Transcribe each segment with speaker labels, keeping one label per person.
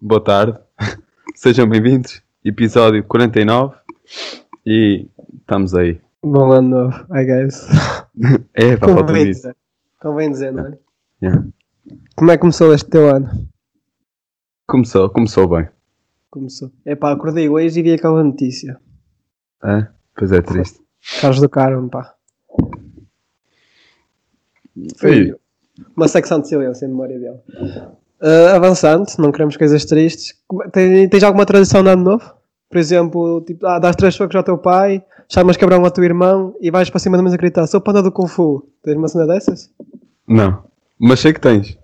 Speaker 1: boa tarde. Sejam bem-vindos. Episódio 49. E estamos aí.
Speaker 2: Bom ano novo, I guess.
Speaker 1: É, pá, falta
Speaker 2: Convém
Speaker 1: disso.
Speaker 2: dizer, convém dizer, não é?
Speaker 1: Yeah.
Speaker 2: Como é que começou este teu ano?
Speaker 1: Começou, começou bem.
Speaker 2: Começou. É pá, acordei hoje e vi aquela notícia.
Speaker 1: É? Pois é, triste.
Speaker 2: Carlos do Carmo, pá.
Speaker 1: Ei,
Speaker 2: Uma secção de silêncio em memória dele. Ah, avançando, não queremos coisas tristes. Como- é, Tem, tens alguma tradição de ano novo? Por exemplo, tipo, ah, dás três socos ao teu pai, chamas cabrão ao teu irmão e vais para cima da mesa gritar: sou panda do Kung Fu. Tens uma cena dessas?
Speaker 1: Não. Mas sei que tens.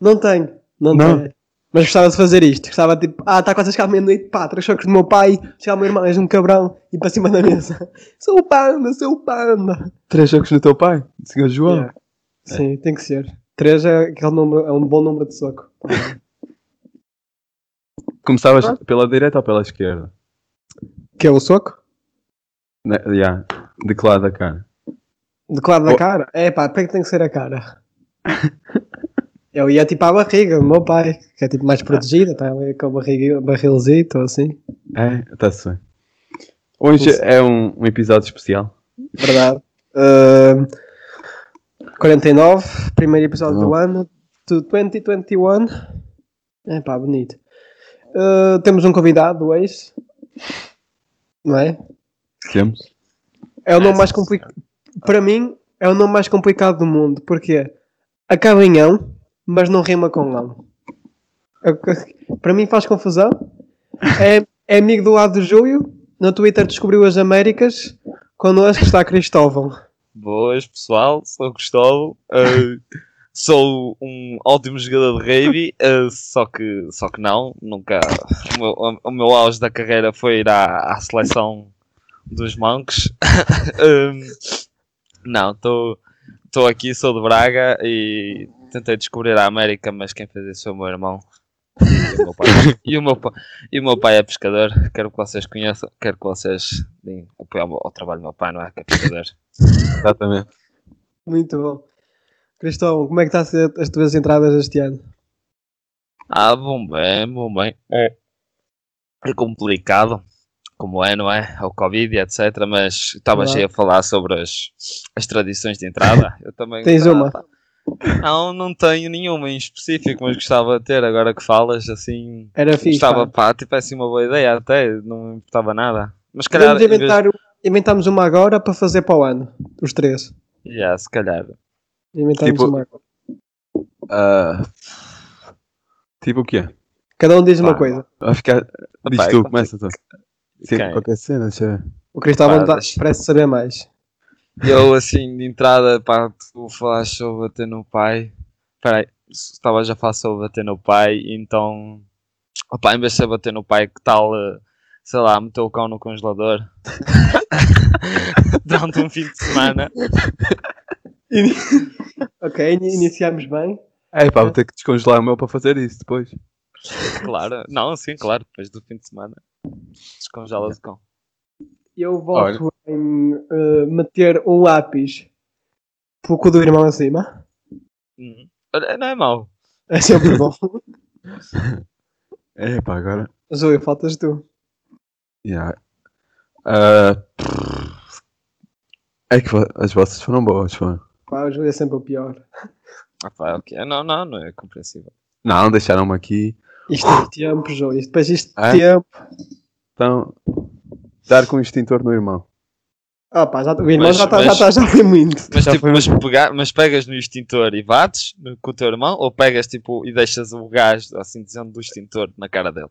Speaker 2: Não tenho, não,
Speaker 1: Não?
Speaker 2: tenho. Mas gostava de fazer isto. Gostava tipo, ah, está quase a chegar à meia-noite, pá, três socos do meu pai, chega ao meu irmão, és um cabrão, e para cima da mesa. Sou o panda, sou o panda.
Speaker 1: Três jogos no teu pai, senhor João.
Speaker 2: Yeah. Sim, tem que ser. Três é, aquele número, é um bom número de soco.
Speaker 1: Começavas pela direita ou pela esquerda?
Speaker 2: Que é o soco?
Speaker 1: Na, yeah. De que lado da cara?
Speaker 2: De que lado da
Speaker 1: Oh.
Speaker 2: cara? É pá, para que tem que ser a cara? Eu ia tipo à barriga do meu pai, que é tipo mais protegida, está ali com o barriga- barrilzito ou assim.
Speaker 1: É, está-se bem. Hoje
Speaker 2: Isso.
Speaker 1: é um, um episódio especial.
Speaker 2: Verdade. Ahn, 49, primeiro episódio do
Speaker 1: Não.
Speaker 2: ano, de 2021. É pá, um. bonito. Ah, temos um convidado do ex, não é?
Speaker 1: Temos.
Speaker 2: É o nome
Speaker 1: sim,
Speaker 2: mais complicado. Para mim, é o nome mais complicado do mundo, porque acaba em ão, mas não rima com ão. Eu- Para mim faz confusão. É, é amigo do lado do Júlio. No Twitter descobriu as Américas. Connosco está Cristóvão.
Speaker 3: Boas, pessoal. Sou o Cristóvão. eh, sou um ótimo jogador de rugby, eh, só, que, só que não. Nunca. O meu, o meu auge da carreira foi ir à, à seleção dos Moncos. Em, não, estou aqui, sou de Braga e tentei descobrir a América, mas quem fez isso foi o meu irmão. E o meu, pai, e, o meu pa- e o meu pai é pescador, quero que vocês conheçam, quero que vocês deem apoio ao, ao trabalho do meu pai, não é? Que é pescador.
Speaker 1: Exatamente.
Speaker 2: Muito bom. Cristóvão, como é que está a ser as tuas entradas este ano?
Speaker 3: Ah, bom bem, bom bem. É. É complicado, como é, não é? É O Covid e etc. Mas estava
Speaker 2: Verdade.
Speaker 3: cheio a falar sobre as, as tradições de entrada. Eu também
Speaker 2: Tens
Speaker 3: gostava-
Speaker 2: uma?
Speaker 3: Não, não tenho nenhuma em específico, mas gostava de ter, agora que falas, assim.
Speaker 2: Era fixe.
Speaker 3: Gostava,
Speaker 2: pá.
Speaker 3: pá, tivesse uma boa ideia até, não me importava nada. Mas se calhar.
Speaker 2: Podemos
Speaker 3: em vez-
Speaker 2: inventar, um- inventamos uma agora para fazer para o ano. Os três.
Speaker 3: Yeah, se calhar.
Speaker 2: Inventamos
Speaker 1: Tipo-
Speaker 2: uma agora.
Speaker 1: Ah, tipo o quê?
Speaker 2: Cada um diz uma
Speaker 3: Pá.
Speaker 2: coisa.
Speaker 1: Vai ficar. Diz
Speaker 3: Opa, é
Speaker 1: tu,
Speaker 3: compli-
Speaker 1: começa tu. Sim,
Speaker 3: Ok.
Speaker 1: qualquer cena, deixa eu ver.
Speaker 2: O Cristóvão
Speaker 3: Pá,
Speaker 2: tá-
Speaker 3: deixa-
Speaker 2: parece saber mais.
Speaker 3: Eu, assim, de entrada, pá, tu falaste sobre bater no pai. Peraí, estava já a falar sobre bater no pai, então. Opá, em vez de ser bater no pai, que tal, eh, sei lá, meter o cão no congelador? Durante um fim de semana.
Speaker 2: Ok, in- iniciamos bem.
Speaker 1: É pá, vou ter que descongelar o meu para fazer isso depois.
Speaker 3: Claro, não, sim, claro, depois do fim de semana. Descongelas o cão.
Speaker 2: Eu volto em eh, meter um lápis pelo cu do irmão acima.
Speaker 3: Uhum. Olha, Não é mau.
Speaker 2: É sempre bom.
Speaker 1: É pá, agora.
Speaker 2: Júlio, faltas tu.
Speaker 1: Yeah. Ah, pff. é que vo- as vossas foram boas, foram.
Speaker 2: Pá, o Júlio é sempre o pior.
Speaker 3: Opá, ok. Não, não, não é compreensível.
Speaker 1: Não, deixaram-me aqui.
Speaker 2: Isto é tempo, Júlio. Isto- Depois isto
Speaker 3: Ah.
Speaker 1: É?
Speaker 2: é? tempo.
Speaker 1: Então, dar com o extintor no irmão.
Speaker 2: Ah pá, já, o irmão
Speaker 3: Mas-
Speaker 2: já está
Speaker 3: mas-
Speaker 2: já, tá, já foi muito.
Speaker 3: Mas,
Speaker 1: Já
Speaker 3: tipo,
Speaker 1: foi
Speaker 3: mas, pegar, mas pegas no extintor e bates no- com o teu irmão ou pegas tipo e deixas o gás assim dizendo do extintor na cara dele?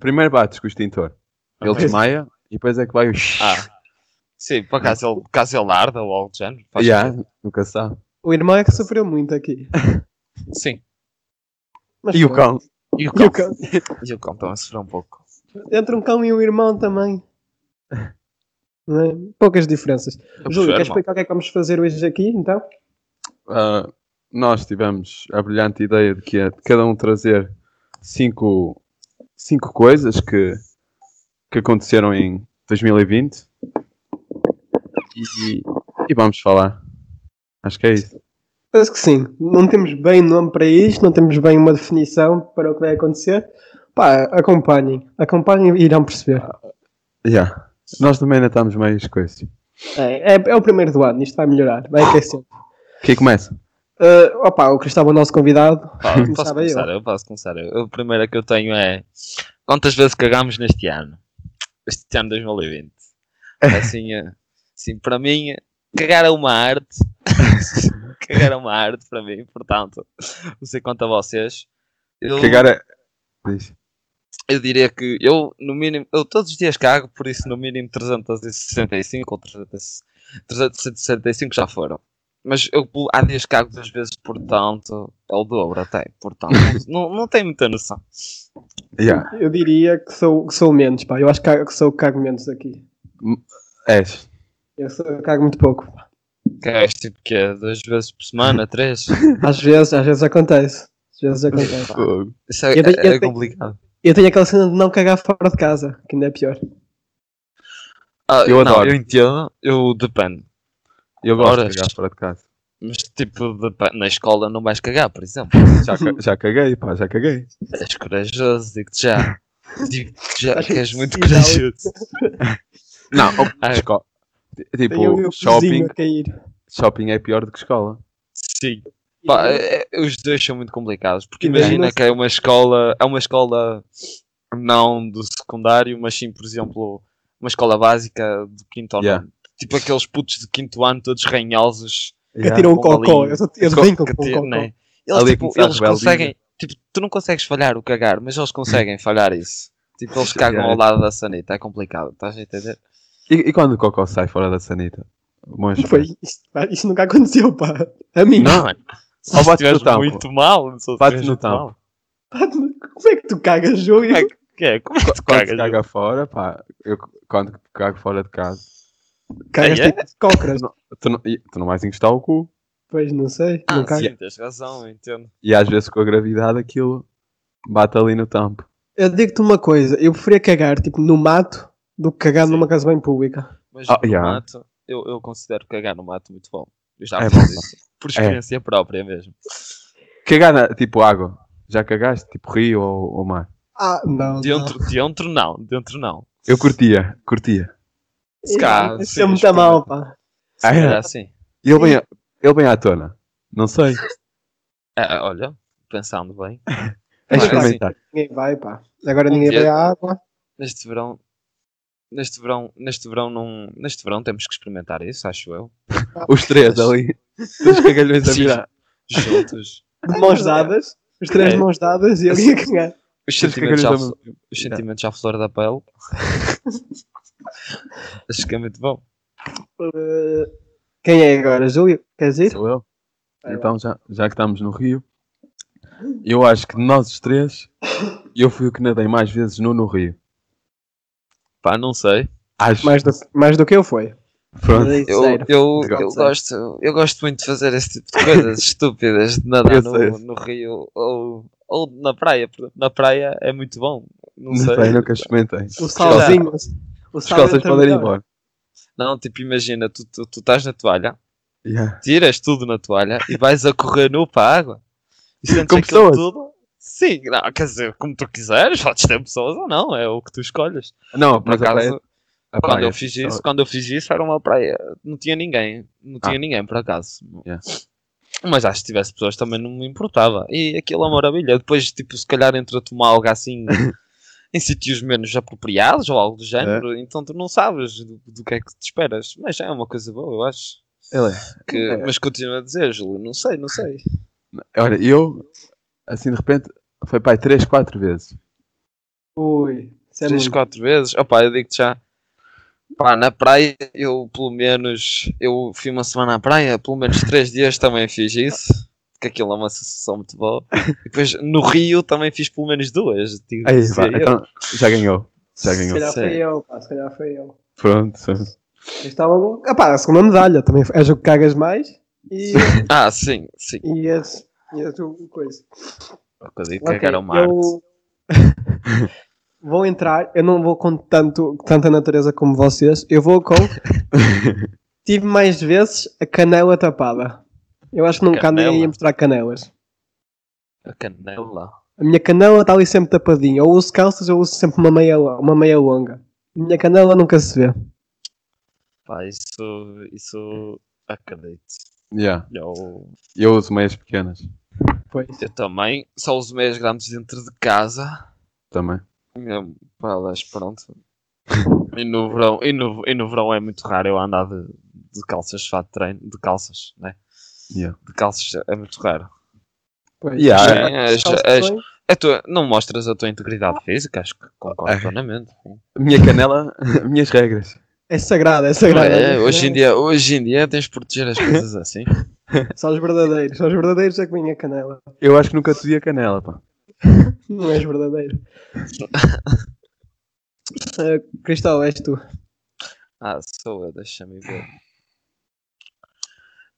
Speaker 1: Primeiro bates com o extintor. Ele
Speaker 3: Ok.
Speaker 1: desmaia e depois é que vai o.
Speaker 3: Ah, sim, por acaso ele, caso ele arda ou algo do género. faz
Speaker 1: Yeah, nunca se sabe.
Speaker 2: O irmão é que sofreu muito aqui.
Speaker 3: sentido. Sim.
Speaker 2: Mas
Speaker 1: E o
Speaker 2: pronto.
Speaker 1: cão?
Speaker 3: E o
Speaker 2: E
Speaker 3: cão,
Speaker 2: o cão.
Speaker 3: e o cão também sofreu um pouco.
Speaker 2: Entre um cão e um irmão também. Não é? Poucas diferenças. Júlio, queres
Speaker 3: irmão.
Speaker 2: explicar o que é que vamos fazer hoje aqui, então?
Speaker 1: Ah, nós tivemos a brilhante ideia de que é de cada um trazer cinco, cinco coisas que, que aconteceram em 2020 e, e vamos falar. Acho que é isso.
Speaker 2: Penso que sim. Não temos bem nome para isto, não temos bem uma definição para o que vai acontecer. Pá, acompanhem. Acompanhem e irão perceber.
Speaker 1: Yeah. Nós também ainda estamos meio coisas.
Speaker 2: É, é, é o primeiro do ano, isto vai melhorar, vai aquecer.
Speaker 1: Quem é começa?
Speaker 2: Uh, opa, o Cristóvão é o nosso convidado.
Speaker 3: Pá, eu posso
Speaker 2: Começava eu.
Speaker 3: começar, eu. posso começar. Eu- A primeira que eu tenho é quantas vezes cagámos neste ano? Este ano 2020. Assim, eh, assim para mim, cagar é uma arte. cagar é uma arte para mim, portanto, não sei quanto a vocês. Eu,
Speaker 1: Cagar é. Diz.
Speaker 3: eu diria que eu, no mínimo, eu todos os dias cago, por isso, no mínimo, 365 ou 300 365 já foram. Mas eu pelo- há dias cago duas vezes, portanto, é o dobro até. Portanto, não, não tem muita noção.
Speaker 1: Yeah.
Speaker 2: Eu diria que sou, que sou menos, pá. Eu acho que, ca- que sou o que cago menos aqui.
Speaker 1: És.
Speaker 2: Eu, sou, eu cago muito pouco. pá.
Speaker 3: Cagas tipo que é duas vezes por semana, três.
Speaker 2: Às vezes, às vezes acontece. Às vezes acontece.
Speaker 1: Fogo.
Speaker 3: Isso é,
Speaker 2: Eu tenho- eu
Speaker 3: é
Speaker 2: tenho-
Speaker 3: complicado.
Speaker 2: Eu tenho aquela cena de não cagar fora de casa, que ainda é pior.
Speaker 3: Ah,
Speaker 1: Eu
Speaker 3: não,
Speaker 1: adoro.
Speaker 3: eu entendo, eu dependo.
Speaker 1: Eu gosto
Speaker 3: Horas.
Speaker 1: de cagar fora de casa.
Speaker 3: Mas tipo, depende. na escola não vais cagar, por exemplo.
Speaker 1: Já, ca- já caguei, pá, já caguei.
Speaker 3: És corajoso, digo-te já. Digo-te já que és muito
Speaker 2: Sim, dá oito.
Speaker 3: corajoso.
Speaker 1: Não, op-
Speaker 3: Ah.
Speaker 1: esco-
Speaker 2: Tenho o
Speaker 1: tipo,
Speaker 2: meu
Speaker 1: shopping,
Speaker 2: vizinho a cair.
Speaker 1: shopping é pior do que escola.
Speaker 3: Sim. Pá, é- é- os dois são muito complicados, porque
Speaker 2: Imagina
Speaker 3: imagina
Speaker 1: assim-
Speaker 2: se-
Speaker 3: que é uma escola, é uma escola não do secundário, mas sim, por exemplo, uma escola básica do quinto ano.
Speaker 1: Yeah.
Speaker 3: Tipo aqueles putos de quinto ano, todos ranhosos,
Speaker 2: que
Speaker 1: Yeah.
Speaker 2: tirou o
Speaker 3: com
Speaker 2: cocó.
Speaker 3: é, ali-
Speaker 2: Eu, só- eu
Speaker 3: co-
Speaker 2: brinco
Speaker 3: que
Speaker 2: com o
Speaker 3: te-
Speaker 2: cocó.
Speaker 3: né? Eles,
Speaker 1: Ali
Speaker 3: tipo,
Speaker 1: começa a
Speaker 3: eles
Speaker 1: rebeldia.
Speaker 3: conseguem, tipo, tu não consegues falhar o cagar, mas eles conseguem falhar isso. Tipo, eles cagam
Speaker 1: Yeah.
Speaker 3: ao lado da sanita, é complicado, estás a entender?
Speaker 1: E, e quando o cocó sai fora da sanita? Mas,
Speaker 2: Foi, isto, pá, isto nunca aconteceu, pá. A mim.
Speaker 3: Não, mano. Se
Speaker 1: Ou bate no
Speaker 3: estiveres
Speaker 1: tampo.
Speaker 3: muito mal, não sei se
Speaker 1: Bate
Speaker 3: estiveres
Speaker 1: no tampo.
Speaker 3: muito mal.
Speaker 2: Pá, como é que tu cagas, João?
Speaker 3: é que- Que é? Como é que tu
Speaker 1: quando
Speaker 3: cagas?
Speaker 1: se caga fora, pá, eu quando cago fora de casa,
Speaker 2: Cagas
Speaker 3: Ah, é?
Speaker 2: tipo de cócoras.
Speaker 1: tu não, e- tu não vais encostar o cu.
Speaker 2: Pois, não sei.
Speaker 3: Ah,
Speaker 2: não cagas.
Speaker 3: sim, tens razão, entendo.
Speaker 1: E às vezes com a gravidade aquilo bate ali no tampo.
Speaker 2: Eu digo-te uma coisa. Eu preferia cagar, tipo, no mato do que cagar
Speaker 3: Sim.
Speaker 2: numa casa bem pública.
Speaker 3: Mas
Speaker 1: Ah,
Speaker 3: no
Speaker 1: yeah.
Speaker 3: mato, eu, eu considero cagar no mato muito bom. Eu já
Speaker 1: É
Speaker 3: fiz
Speaker 1: bom.
Speaker 3: isso. Por experiência própria mesmo.
Speaker 1: Cagar na, tipo água. Já cagaste? Tipo rio ou, ou mar?
Speaker 2: Ah, não.
Speaker 3: Dentro, dentro não, dentro não.
Speaker 1: Eu curtia, curtia.
Speaker 2: não.
Speaker 3: Se cá,
Speaker 2: Isso
Speaker 3: sim,
Speaker 2: é muito mal, pá.
Speaker 1: Ah,
Speaker 3: Era
Speaker 1: era?
Speaker 3: assim.
Speaker 1: E ele vem, a- ele vem à tona. Não sei.
Speaker 3: Ah, olha, pensando bem,
Speaker 1: É
Speaker 2: Mas,
Speaker 1: experimentar.
Speaker 2: Ninguém vai, pá. Agora
Speaker 3: Um
Speaker 2: ninguém
Speaker 3: dia-
Speaker 2: vai à água.
Speaker 3: neste verão. Neste verão, neste verão não, neste verão temos que experimentar isso, acho eu.
Speaker 1: Os três ali. Os cagalhões a
Speaker 3: Sim.
Speaker 1: virar.
Speaker 3: Juntos.
Speaker 2: De mãos dadas. Os três
Speaker 3: É.
Speaker 2: de mãos dadas e alguém a cagar.
Speaker 3: Os
Speaker 1: Os
Speaker 3: sentimentos,
Speaker 1: cagalhões
Speaker 3: à,
Speaker 1: ao
Speaker 3: fl-
Speaker 1: mesmo
Speaker 3: os sentimentos à flor da pele. acho que é muito bom.
Speaker 2: Uh, Quem é agora? Júlio? Queres ir?
Speaker 1: Sou eu.
Speaker 2: Vai lá.
Speaker 1: Então, já, já que estamos no Rio, eu acho que de nós os três, eu fui o que nadei mais vezes no, no Rio.
Speaker 3: Pá, não sei.
Speaker 1: Acho.
Speaker 2: Mais do, mais do que eu foi.
Speaker 1: Pronto.
Speaker 3: Eu,
Speaker 2: Zero.
Speaker 3: eu,
Speaker 1: Legal,
Speaker 3: eu,
Speaker 1: zero.
Speaker 3: gosto, eu gosto muito de fazer esse tipo de coisas estúpidas, de nadar
Speaker 1: Eu
Speaker 3: no,
Speaker 1: sei.
Speaker 3: no rio ou, ou na praia. porque Na praia é muito bom. Não,
Speaker 1: Não
Speaker 3: sei.
Speaker 1: sei, nunca experimentei. assim,
Speaker 2: O salzinho. O
Speaker 1: Os calças
Speaker 2: entra
Speaker 1: podem ir
Speaker 2: melhor.
Speaker 1: embora.
Speaker 3: Não, tipo, imagina, tu, tu, tu estás na toalha,
Speaker 1: Yeah.
Speaker 3: tiras tudo na toalha e vais a correr nu para a água. E sentes
Speaker 1: Com
Speaker 3: aquilo
Speaker 1: pessoas?
Speaker 3: tudo. Sim, não, quer dizer, como tu quiseres, podes ter pessoas ou não, é o que tu escolhes.
Speaker 1: Não, é,
Speaker 3: Por
Speaker 1: por
Speaker 3: acaso,
Speaker 1: acaso. A
Speaker 3: quando
Speaker 1: praia.
Speaker 3: eu fiz isso, quando eu fiz isso era uma praia, não tinha ninguém, não tinha
Speaker 1: Ah.
Speaker 3: ninguém por acaso.
Speaker 1: Yeah.
Speaker 3: Mas acho que se tivesse pessoas também não me importava. E aquilo é uma maravilha. Depois, tipo, se calhar entra-te uma alga assim em sítios menos apropriados ou algo
Speaker 1: É.
Speaker 3: do género, então tu não sabes do, do que é que te esperas. Mas é uma coisa boa, eu acho.
Speaker 1: Ele
Speaker 3: Que-
Speaker 1: É.
Speaker 3: Mas continua a dizer, Júlio, não sei, não sei.
Speaker 1: é- Olha, eu, assim de repente, foi pai 3, 4 vezes.
Speaker 2: Ui, isso é
Speaker 3: Três,
Speaker 2: muito.
Speaker 3: quatro vezes. Opá, eu digo-te já. Pá, na praia, eu pelo menos. Eu fui uma semana à praia, pelo menos três dias também fiz isso. Porque aquilo é uma sensação muito boa. E depois no Rio também fiz pelo menos duas. digo-te
Speaker 1: Aí,
Speaker 3: se
Speaker 1: vá,
Speaker 3: é eu.
Speaker 1: então, já ganhou. Já
Speaker 2: Se
Speaker 1: ganhou.
Speaker 2: calhar foi
Speaker 3: sei.
Speaker 2: eu, pá, se calhar foi eu.
Speaker 1: Pronto.
Speaker 2: Eu estava. Ah, pá, a segunda medalha também foi- és o que cagas mais e,
Speaker 3: Ah, sim, sim.
Speaker 2: e esse. E esse o o coisa.
Speaker 3: Uma coisa de
Speaker 2: Ok,
Speaker 3: cagar ao mar.
Speaker 2: eu- vou entrar, eu não vou com tanto, tanta natureza como vocês, eu vou com. Tive mais vezes a canela tapada. Eu acho que nunca andei
Speaker 3: Canela.
Speaker 2: aí a mostrar canelas.
Speaker 3: A canela.
Speaker 2: A minha canela está ali sempre tapadinha. Ou uso calças ou uso sempre uma meia, lo- uma meia longa. A minha canela nunca se vê.
Speaker 3: Pá, isso. Isso. Acredito.
Speaker 1: Yeah.
Speaker 3: Eu,
Speaker 1: Eu uso meias pequenas
Speaker 2: Pois.
Speaker 3: eu também. Só uso meias grandes dentro de casa.
Speaker 1: também.
Speaker 3: Eu, É, pá, mas pronto. E no, verão, e, no, e no verão é muito raro eu andar de, de calças de fato de treino, de calças, né?
Speaker 1: Yeah.
Speaker 3: De calças é muito raro.
Speaker 2: pois.
Speaker 1: Yeah,
Speaker 2: Já-
Speaker 3: é-
Speaker 2: as
Speaker 3: é-
Speaker 2: calças bem,
Speaker 3: É tu, não mostras a tua integridade física, acho que concordo
Speaker 1: É.
Speaker 3: plenamente.
Speaker 1: Minha canela, minhas regras.
Speaker 2: É sagrado, é sagrado.
Speaker 3: É, hoje, em dia, hoje em dia tens de proteger as coisas assim.
Speaker 2: Só os verdadeiros. Só os verdadeiros é que vem a canela.
Speaker 1: Eu acho que nunca te vi a canela, pá.
Speaker 2: Não és verdadeiro. Ah, Cristal, és tu.
Speaker 3: Ah, sou eu, deixa-me ver.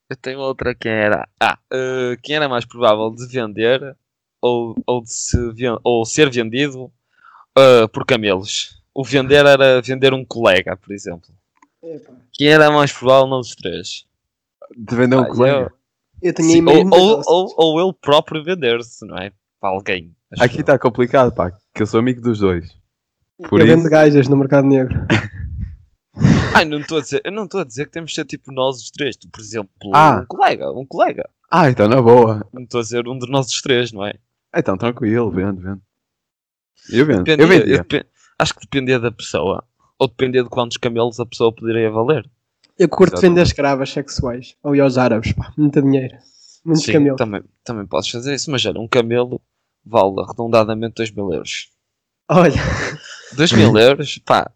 Speaker 3: Eu tenho outra que era. Ah, eh, quem era mais provável de vender ou, ou, de se ven- ou ser vendido eh, por camelos? O vender era vender um colega, por exemplo.
Speaker 2: Epá.
Speaker 3: Quem era mais provável nos três?
Speaker 1: De vender um
Speaker 3: Ah,
Speaker 1: colega.
Speaker 2: Eu tenho aí
Speaker 3: Sim, ou,
Speaker 2: mesmo.
Speaker 3: ou, ou, ou ele próprio vender-se, não é? Para alguém. acho
Speaker 1: Aqui tá-
Speaker 3: eu.
Speaker 1: está complicado, pá. Que eu sou amigo dos dois. Por
Speaker 2: eu
Speaker 1: isso.
Speaker 2: vendo gajas no mercado negro.
Speaker 3: Ai, não estou a dizer, eu não estou a dizer que temos de ser tipo nós os três. Tu, por exemplo,
Speaker 1: Ah.
Speaker 3: um colega, um colega.
Speaker 1: Ah, então na boa.
Speaker 3: Não estou a dizer um de nós os três, não é?
Speaker 1: Então tranquilo, vendo, vendo. Eu vendo.
Speaker 3: Dependia,
Speaker 1: Eu vendia.
Speaker 3: eu depen- acho que dependia da pessoa. Ou dependia de quantos camelos a pessoa poderia valer.
Speaker 2: Eu curto
Speaker 1: Exato.
Speaker 2: vender escravas sexuais. Ou ir aos árabes, pá. Muito dinheiro. Muitos
Speaker 3: Sim, tá.
Speaker 2: camelos.
Speaker 3: Também, também podes fazer isso, mas olha, um camelo vale arredondadamente 2 mil euros.
Speaker 2: Olha,
Speaker 3: 2
Speaker 1: Uhum.
Speaker 3: mil euros? Pá,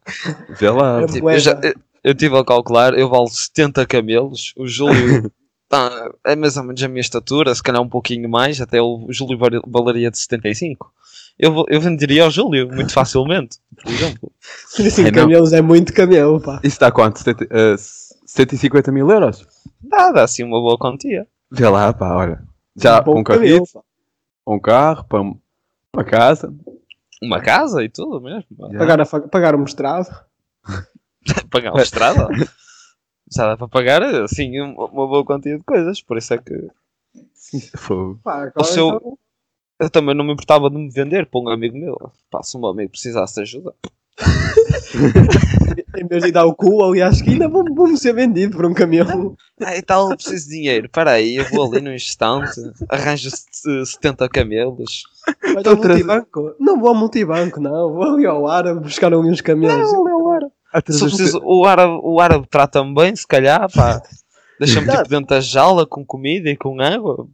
Speaker 1: Vê lá.
Speaker 2: É
Speaker 1: pá.
Speaker 3: tipo, eu, já,
Speaker 2: Moeda.
Speaker 3: eu, eu estive a calcular, eu valo 70 camelos, o Júlio tá, é mais ou menos a minha estatura, se calhar um pouquinho mais, até o Júlio val- valeria de 75. Eu, vou- eu venderia ao Júlio, muito facilmente, por exemplo.
Speaker 2: 35
Speaker 1: É, não.
Speaker 2: camelos é muito camelo, pá.
Speaker 1: Isso dá quanto? Setenta- eh, 150 mil euros?
Speaker 3: Dá, dá assim uma boa quantia.
Speaker 1: Vê lá, pá, olha. Já
Speaker 2: bom
Speaker 1: para um
Speaker 2: camelo,
Speaker 1: carrito,
Speaker 2: pá.
Speaker 1: para um carro, para, um- para casa.
Speaker 3: Uma casa e tudo mesmo.
Speaker 1: Já.
Speaker 2: Pagar, a fa- pagar o mostrado.
Speaker 3: pagar uma estrada. Já dá para pagar, assim, uma, uma boa quantia de coisas. Por isso é que
Speaker 1: Fogo.
Speaker 2: Pá, agora
Speaker 3: O seu-
Speaker 2: então,
Speaker 3: eu também não me importava de me vender para um amigo meu. Pá, se o meu amigo precisasse de ajuda.
Speaker 2: em vez de dar o cu ali à esquina, vou- vou-me ser vendido por um caminhão.
Speaker 3: Ah, e tal, eu preciso de dinheiro. Espera aí, eu vou ali num instante. Arranjo se- 70 camelos.
Speaker 2: Olha,
Speaker 1: Tô
Speaker 2: ao
Speaker 1: trazendo-
Speaker 2: um multibanco. Não vou ao multibanco, não. Vou ali ao árabe buscar ali uns camelos.
Speaker 1: A
Speaker 3: Se eu
Speaker 1: 300
Speaker 3: preciso, o árabe, o árabe trata-me bem, se calhar, pá. Deixa-me tipo, dentro da jaula com comida e com água.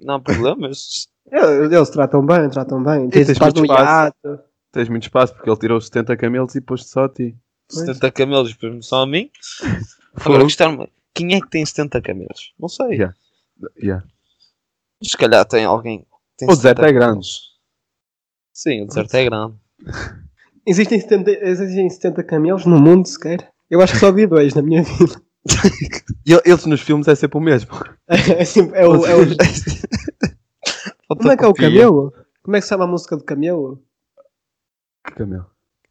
Speaker 3: Não há problemas.
Speaker 2: Eles, eles tratam bem, tratam bem.
Speaker 1: tens
Speaker 2: Tens de
Speaker 1: muito
Speaker 2: no
Speaker 1: espaço.
Speaker 2: hiato.
Speaker 1: Tens muito espaço porque ele tirou os 70 camelos e pôs-te só a ti.
Speaker 2: Pois.
Speaker 3: 70 camelos para só a mim.
Speaker 1: Fogo.
Speaker 3: Agora, gostaram quem é que tem 70 camelos? Não sei.
Speaker 1: Yeah. Yeah.
Speaker 3: Se calhar tem alguém. Tem
Speaker 1: O deserto
Speaker 3: 70
Speaker 1: é grande.
Speaker 3: camelos. Sim, o deserto é grande.
Speaker 2: Existem 70, existem 70 camelos no mundo, sequer. Eu acho que só vi dois na minha vida.
Speaker 1: E ele- eles nos filmes é sempre o mesmo.
Speaker 2: É, sempre- é o, é o- como é que é o
Speaker 1: Fotocopia.
Speaker 2: camelo? Como é que se chama a música do camelo?
Speaker 1: Que camelo.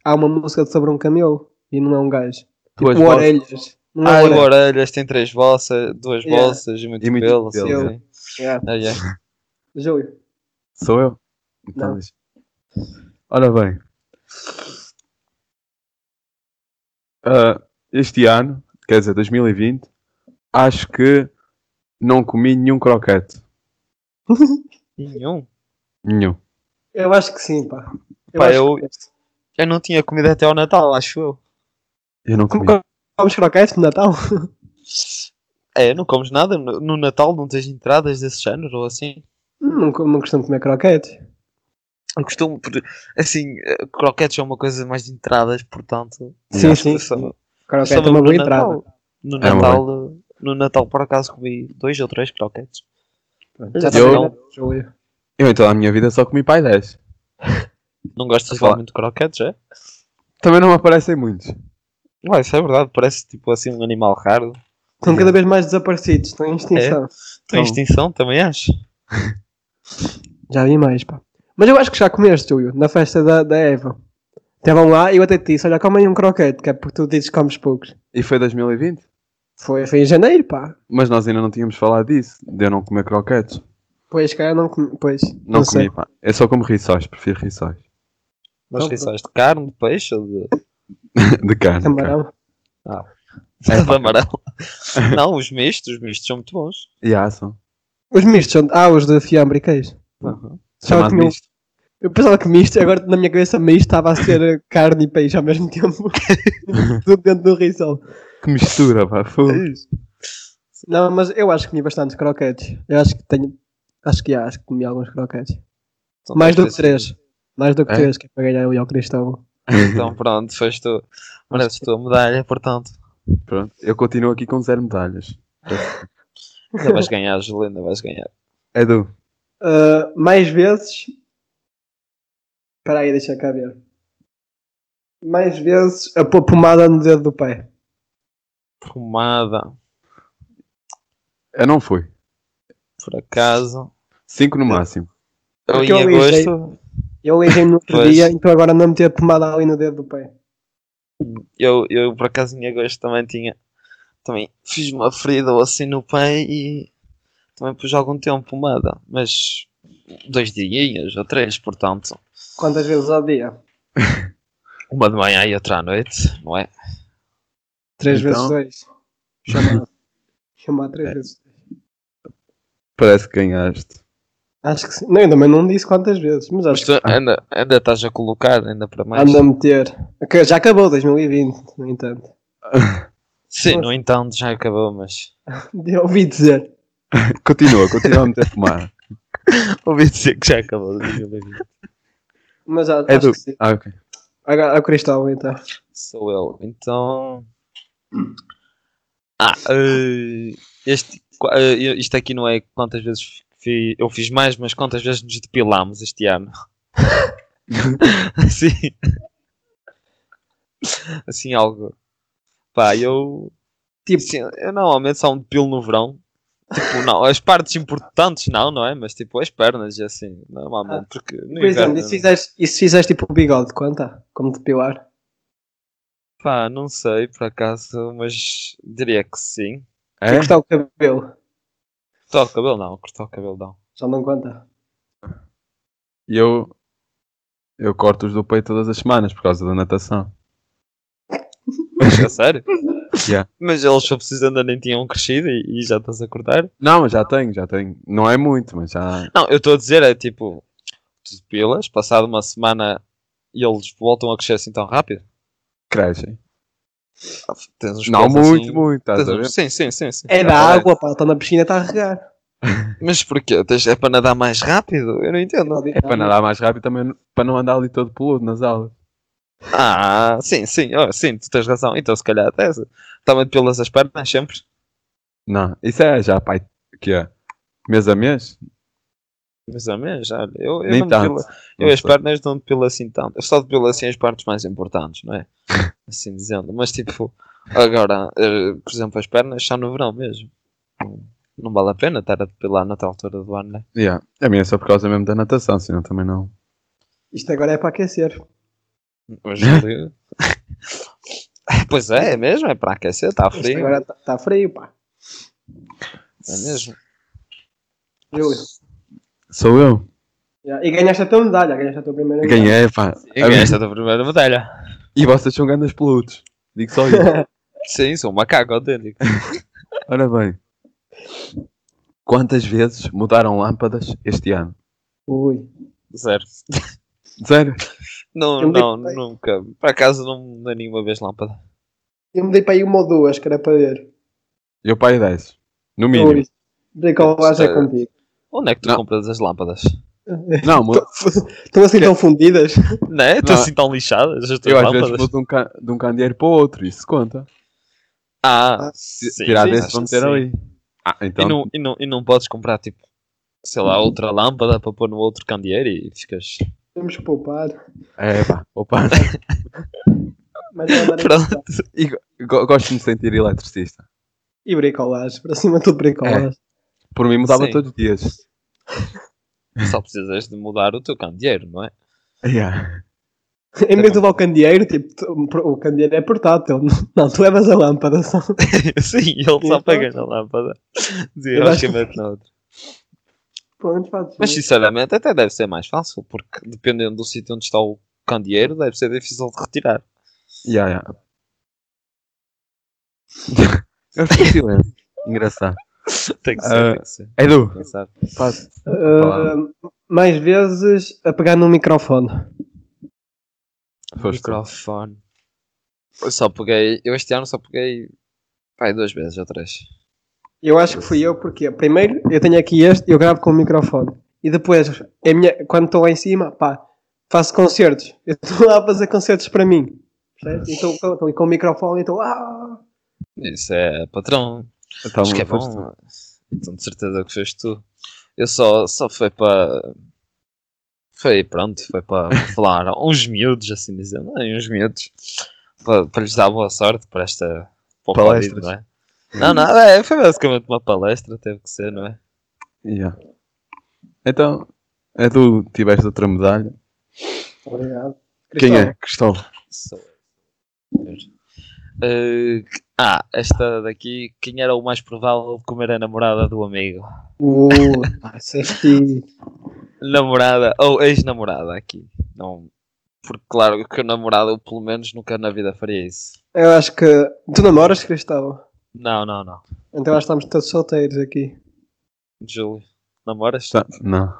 Speaker 2: Há uma música sobre um camelo e não é um gajo.
Speaker 1: Tu és
Speaker 2: Tipo,
Speaker 1: boss.
Speaker 2: orelhas. Não é
Speaker 3: Ah,
Speaker 2: orelhas.
Speaker 3: orelhas, tem três bolsas, duas
Speaker 2: Yeah.
Speaker 3: bolsas e muito
Speaker 1: E muito
Speaker 3: pelo.
Speaker 1: pelo,
Speaker 3: sim,
Speaker 2: yeah.
Speaker 3: sim.
Speaker 2: Yeah.
Speaker 3: Ah, yeah.
Speaker 2: Júlio.
Speaker 1: Sou eu? Então
Speaker 2: Não.
Speaker 1: deixa. Ora bem. Ah, este ano, quer dizer, 2020, acho que não comi nenhum croquete.
Speaker 3: Nenhum.
Speaker 1: Nenhum.
Speaker 2: Eu acho que sim, pá.
Speaker 3: Pá,
Speaker 2: acho
Speaker 3: eu-
Speaker 2: que sim.
Speaker 3: Eu não tinha comida até ao Natal, acho eu.
Speaker 1: Eu não
Speaker 2: Como
Speaker 1: comi.
Speaker 2: que comes croquetes no Natal?
Speaker 3: É, não comes nada? No, no Natal não tens entradas desse género ou assim?
Speaker 2: não, co- não costumo comer croquetes.
Speaker 3: Eu costumo, por- assim, eh, croquetes é uma coisa mais de entradas, portanto.
Speaker 2: Sim,
Speaker 3: acho que
Speaker 2: sim.
Speaker 3: só-
Speaker 2: Croquete
Speaker 3: só
Speaker 2: é uma
Speaker 3: no
Speaker 2: boa
Speaker 3: Natal.
Speaker 2: entrada.
Speaker 3: No
Speaker 1: É uma
Speaker 3: Natal, eh, no Natal por acaso comi dois ou três croquetes.
Speaker 2: Já
Speaker 1: Eu-
Speaker 2: sabia, né, Júlio.
Speaker 1: Eu então na minha vida só comi pai 10.
Speaker 3: Não gostas
Speaker 1: Claro.
Speaker 3: igualmente de croquetes, é?
Speaker 1: Também não me aparecem muitos.
Speaker 3: Ué, isso é verdade, parece tipo assim um animal raro.
Speaker 2: Estão cada vez mais desaparecidos, estão em extinção.
Speaker 3: Tem
Speaker 1: Então-
Speaker 3: extinção também, acho.
Speaker 2: Já vi mais, pá. Mas eu acho que já comeste, Júlio, na festa da, da Eva. Estavam lá e eu até te disse: olha, comem um croquete, que é porque tu dizes que comes poucos.
Speaker 1: E foi 2020?
Speaker 2: Foi, foi em janeiro, pá.
Speaker 1: Mas nós ainda não tínhamos falado disso, de eu não comer croquetes.
Speaker 2: Pois, cara, não comi. Pois,
Speaker 1: Não,
Speaker 2: não
Speaker 1: comi,
Speaker 2: sei.
Speaker 1: pá. Eu só como rissóis, prefiro rissóis.
Speaker 3: Mas
Speaker 2: Não,
Speaker 3: rissóis de carne, de peixe ou de,
Speaker 1: De carne. cara.
Speaker 2: Camarão. É,
Speaker 3: de amarelo? não, os mistos, os mistos são muito bons.
Speaker 1: Yeah, são.
Speaker 2: Os mistos são. Ah, os de fiambre e queijo.
Speaker 3: Então,
Speaker 2: Só
Speaker 1: Chamado
Speaker 2: que não-
Speaker 1: misto.
Speaker 2: Eu pensava que misto, agora na minha cabeça misto estava a ser eh, carne e peixe ao mesmo tempo. Tudo dentro do risol.
Speaker 1: Que mistura, pá. fogo.
Speaker 2: Não, mas eu acho que comi bastantes croquetes. Eu acho que tenho. Acho que há, acho que comi alguns croquetes.
Speaker 3: Então,
Speaker 2: Mais do
Speaker 3: deve
Speaker 2: que
Speaker 3: ter
Speaker 2: três. Mais do que
Speaker 1: É?
Speaker 2: três, que é para ganhar o El Cristóvão.
Speaker 3: sido- Então pronto, fez tu. Mereces tu a medalha, portanto.
Speaker 1: Pronto. Eu continuo aqui com zero medalhas.
Speaker 3: Ainda vais ganhar, Júlio, ainda vais ganhar.
Speaker 1: Edu,
Speaker 2: Ah, mais vezes. Espera aí, deixa cá ver. Mais vezes a pôr pomada no dedo do pé.
Speaker 3: Pomada,
Speaker 1: eu não fui.
Speaker 3: por acaso.
Speaker 1: Cinco no máximo.
Speaker 3: Eu
Speaker 2: Porque
Speaker 3: em
Speaker 2: eu avisei.
Speaker 3: agosto,
Speaker 2: Eu aleijei-me no outro
Speaker 3: Pois.
Speaker 2: dia, então agora não meter pomada ali no dedo do pé.
Speaker 3: eu, eu por acaso em agosto também tinha. Também fiz uma ferida ou assim no pé e também pus algum tempo pomada, mas dois dias ou três, portanto.
Speaker 2: Quantas vezes ao dia?
Speaker 3: Uma de manhã e outra à noite, não é?
Speaker 2: Três
Speaker 1: Então?
Speaker 2: vezes dois. Chama, chama três vezes.
Speaker 1: Parece que ganhaste.
Speaker 2: Acho que sim. Não, eu também não disse quantas vezes, mas
Speaker 3: Mas
Speaker 2: acho que
Speaker 3: tu ainda, ainda estás a colocar, ainda para mais.
Speaker 2: anda a meter. Ok, Já acabou 2020, no entanto.
Speaker 3: Sim, no entanto já acabou, mas.
Speaker 2: Eu ouvi dizer.
Speaker 1: Continua, continua a meter fumar.
Speaker 3: Ouvi dizer que já acabou. diga-me.
Speaker 2: Mas a-
Speaker 1: É
Speaker 2: acho
Speaker 1: do-
Speaker 2: que sim.
Speaker 1: Ah, ok.
Speaker 2: Agora, o Cristóvão, então.
Speaker 3: Sou eu. Então. Ah, eh, este, qua- eh, isto aqui não é quantas vezes fi- eu fiz mais, mas quantas vezes nos depilámos este ano. assim. Assim, algo. Pá, eu.
Speaker 2: Tipo-
Speaker 3: assim, eu normalmente só um depilo no verão. Tipo, não, as partes importantes não, não é? Mas tipo, as pernas, e assim, normalmente. Porque no
Speaker 2: Por exemplo,
Speaker 3: inverno-
Speaker 2: e se fizeste, e se fizeste tipo o bigode, conta? Como depilar?
Speaker 3: Pá, não sei por acaso, mas diria que sim.
Speaker 2: É?
Speaker 1: É?
Speaker 2: Cortar o cabelo,
Speaker 3: Cortar o cabelo não, cortar o cabelo não.
Speaker 2: já não conta.
Speaker 1: E eu. Eu corto os do peito todas as semanas por causa da natação.
Speaker 3: Mas é sério?
Speaker 1: Yeah.
Speaker 3: Mas eles só precisando ainda nem tinham crescido e, e já estás a cortar?
Speaker 1: Não, mas já tenho, já tenho. Não é muito, mas já.
Speaker 3: Não, eu estou a dizer, é tipo, tu depilas, passado uma semana e eles voltam a crescer assim tão rápido?
Speaker 1: Crescem.
Speaker 3: Tens uns
Speaker 1: Não
Speaker 3: pelos
Speaker 1: muito,
Speaker 3: assim-
Speaker 1: muito, estás a
Speaker 3: tens
Speaker 1: ver?
Speaker 3: uns- Sim, sim, sim, sim.
Speaker 2: É da
Speaker 3: Tá bem.
Speaker 2: água, pá, está na piscina, está a regar.
Speaker 3: Mas porquê? Tens- É para nadar mais rápido? Eu não entendo.
Speaker 1: É para nadar mais rápido também, para não andar ali todo peludo nas aulas.
Speaker 3: Ah, sim, sim, oh, sim, tu tens razão. Então se calhar até também depilas as pernas sempre.
Speaker 1: Não, isso é já, pai, que é mês a mês?
Speaker 3: Mas a menos, olha, eu, eu
Speaker 1: Nem
Speaker 3: não
Speaker 1: tanto.
Speaker 3: depilo-
Speaker 1: Não
Speaker 3: eu as
Speaker 1: sei.
Speaker 3: pernas não depilo assim tanto. Eu só depilo assim as partes mais importantes, não é? Assim dizendo. Mas tipo, agora, eh, por exemplo, as pernas só no verão mesmo. Não vale a pena estar a depilar na tal altura do ano, né?
Speaker 1: Yeah. A minha é só por causa mesmo da natação, senão também não.
Speaker 2: Isto agora é para aquecer.
Speaker 3: Mas, eh, pois é, é mesmo, é para aquecer, está
Speaker 2: Isto
Speaker 3: frio.
Speaker 2: agora está tá frio, pá.
Speaker 3: É mesmo.
Speaker 2: Júlio.
Speaker 1: Sou eu.
Speaker 2: Já. E ganhaste a tua medalha, ganhaste a tua primeira medalha.
Speaker 1: Ganhei, pá.
Speaker 3: E ganhaste a tua primeira medalha.
Speaker 1: E vocês são grandes peludos. Digo só isso.
Speaker 3: Sim, sou um macaco autêntico.
Speaker 1: Ora bem. Quantas vezes mudaram lâmpadas este ano?
Speaker 2: Ui.
Speaker 3: Zero.
Speaker 1: Zero.
Speaker 3: Não,
Speaker 2: Eu me
Speaker 3: não,
Speaker 2: deitei.
Speaker 3: nunca. Por acaso não me dei nenhuma vez lâmpada.
Speaker 2: Eu mudei para aí uma ou duas, que era para ver.
Speaker 1: Eu pai 10. No mínimo.
Speaker 2: Ui. Dei com o é contigo.
Speaker 3: Onde é que tu
Speaker 1: Não.
Speaker 3: compras as lâmpadas?
Speaker 1: Não, mudo.
Speaker 2: Estão assim tão fundidas.
Speaker 3: Não é? Estão
Speaker 1: Não.
Speaker 3: assim tão lixadas as tuas
Speaker 1: Eu às vezes
Speaker 3: lâmpadas?
Speaker 1: mudo de um, ca- de um candeeiro para o outro, isso conta.
Speaker 3: Ah,
Speaker 2: Ah,
Speaker 1: Ti-
Speaker 3: sim,
Speaker 1: Tirar
Speaker 3: sim,
Speaker 1: desse
Speaker 3: acho
Speaker 1: vão
Speaker 3: que
Speaker 1: meter
Speaker 3: sim.
Speaker 1: ali. Ah, então.
Speaker 3: E não, e, não, e não podes comprar, tipo, sei lá, outra lâmpada para pôr no outro candeeiro e ficas...
Speaker 2: Vamos poupar.
Speaker 1: É pá, opa.
Speaker 2: Mas vai dar em
Speaker 3: Pronto.
Speaker 2: conta.
Speaker 1: E go- go- gosto de me sentir eletricista.
Speaker 2: E bricolagem, para cima tudo bricolagem.
Speaker 1: Por mim mudava
Speaker 3: Sim.
Speaker 1: todos os dias.
Speaker 3: Só precisas de mudar o teu candeeiro, não é?
Speaker 1: Yeah.
Speaker 2: Em vez de levar o candeeiro, tipo, tu- o candeeiro é portátil. Não, tu levas a lâmpada só.
Speaker 3: Sim, ele só pega na lâmpada.
Speaker 2: Eu acho que-
Speaker 3: Desenroscamente na outra.
Speaker 2: Pronto, fazes.
Speaker 3: Mas sinceramente até deve ser mais fácil, porque dependendo do sítio onde está o candeeiro, deve ser difícil de retirar.
Speaker 1: Ya, ya. Eu fiquei em silêncio. Engraçado.
Speaker 3: Tem que ser,
Speaker 1: Ah.
Speaker 3: tem que ser.
Speaker 1: Edu,
Speaker 3: Pensar.
Speaker 1: faz.
Speaker 2: Ah, mais vezes a pegar no microfone.
Speaker 1: Foste.
Speaker 3: Microfone. Eu só peguei, eu este ano só peguei, pai, duas vezes ou três.
Speaker 2: Eu acho que fui eu, porque primeiro eu tenho aqui este, eu gravo com o microfone. E depois, é a minha- quando estou lá em cima, pá, faço concertos. Eu estou lá a fazer concertos para mim. Percebes? Então estou estou com o microfone e estou. Ah!
Speaker 3: Isso é patrão.
Speaker 1: Então,
Speaker 3: Acho que é
Speaker 1: foste.
Speaker 3: bom. Então de certeza que foste tu. Eu só, só foi para. Foi pronto, foi para falar a uns miúdos, assim dizendo, a uns miúdos, para, para lhes dar boa sorte para esta para o
Speaker 1: Palestras.
Speaker 3: Covid, não é? Não, não, é, foi basicamente uma palestra, teve que ser, não é?
Speaker 1: Ya. Então, Edu, tiveste outra medalha.
Speaker 2: Obrigado.
Speaker 1: Quem é? Cristóvão.
Speaker 3: Sou eu. Eh, ah, esta daqui, quem era o mais provável de comer a namorada do amigo?
Speaker 2: Uh, safety.
Speaker 3: namorada ou ex-namorada aqui. Não, porque claro que o namorado eu pelo menos nunca na vida faria isso.
Speaker 2: Eu acho que. Tu namoras, Cristóvão?
Speaker 3: Não, não, não.
Speaker 2: Então acho que estamos todos solteiros aqui.
Speaker 3: Júlio, namoras?
Speaker 1: Tá. Não.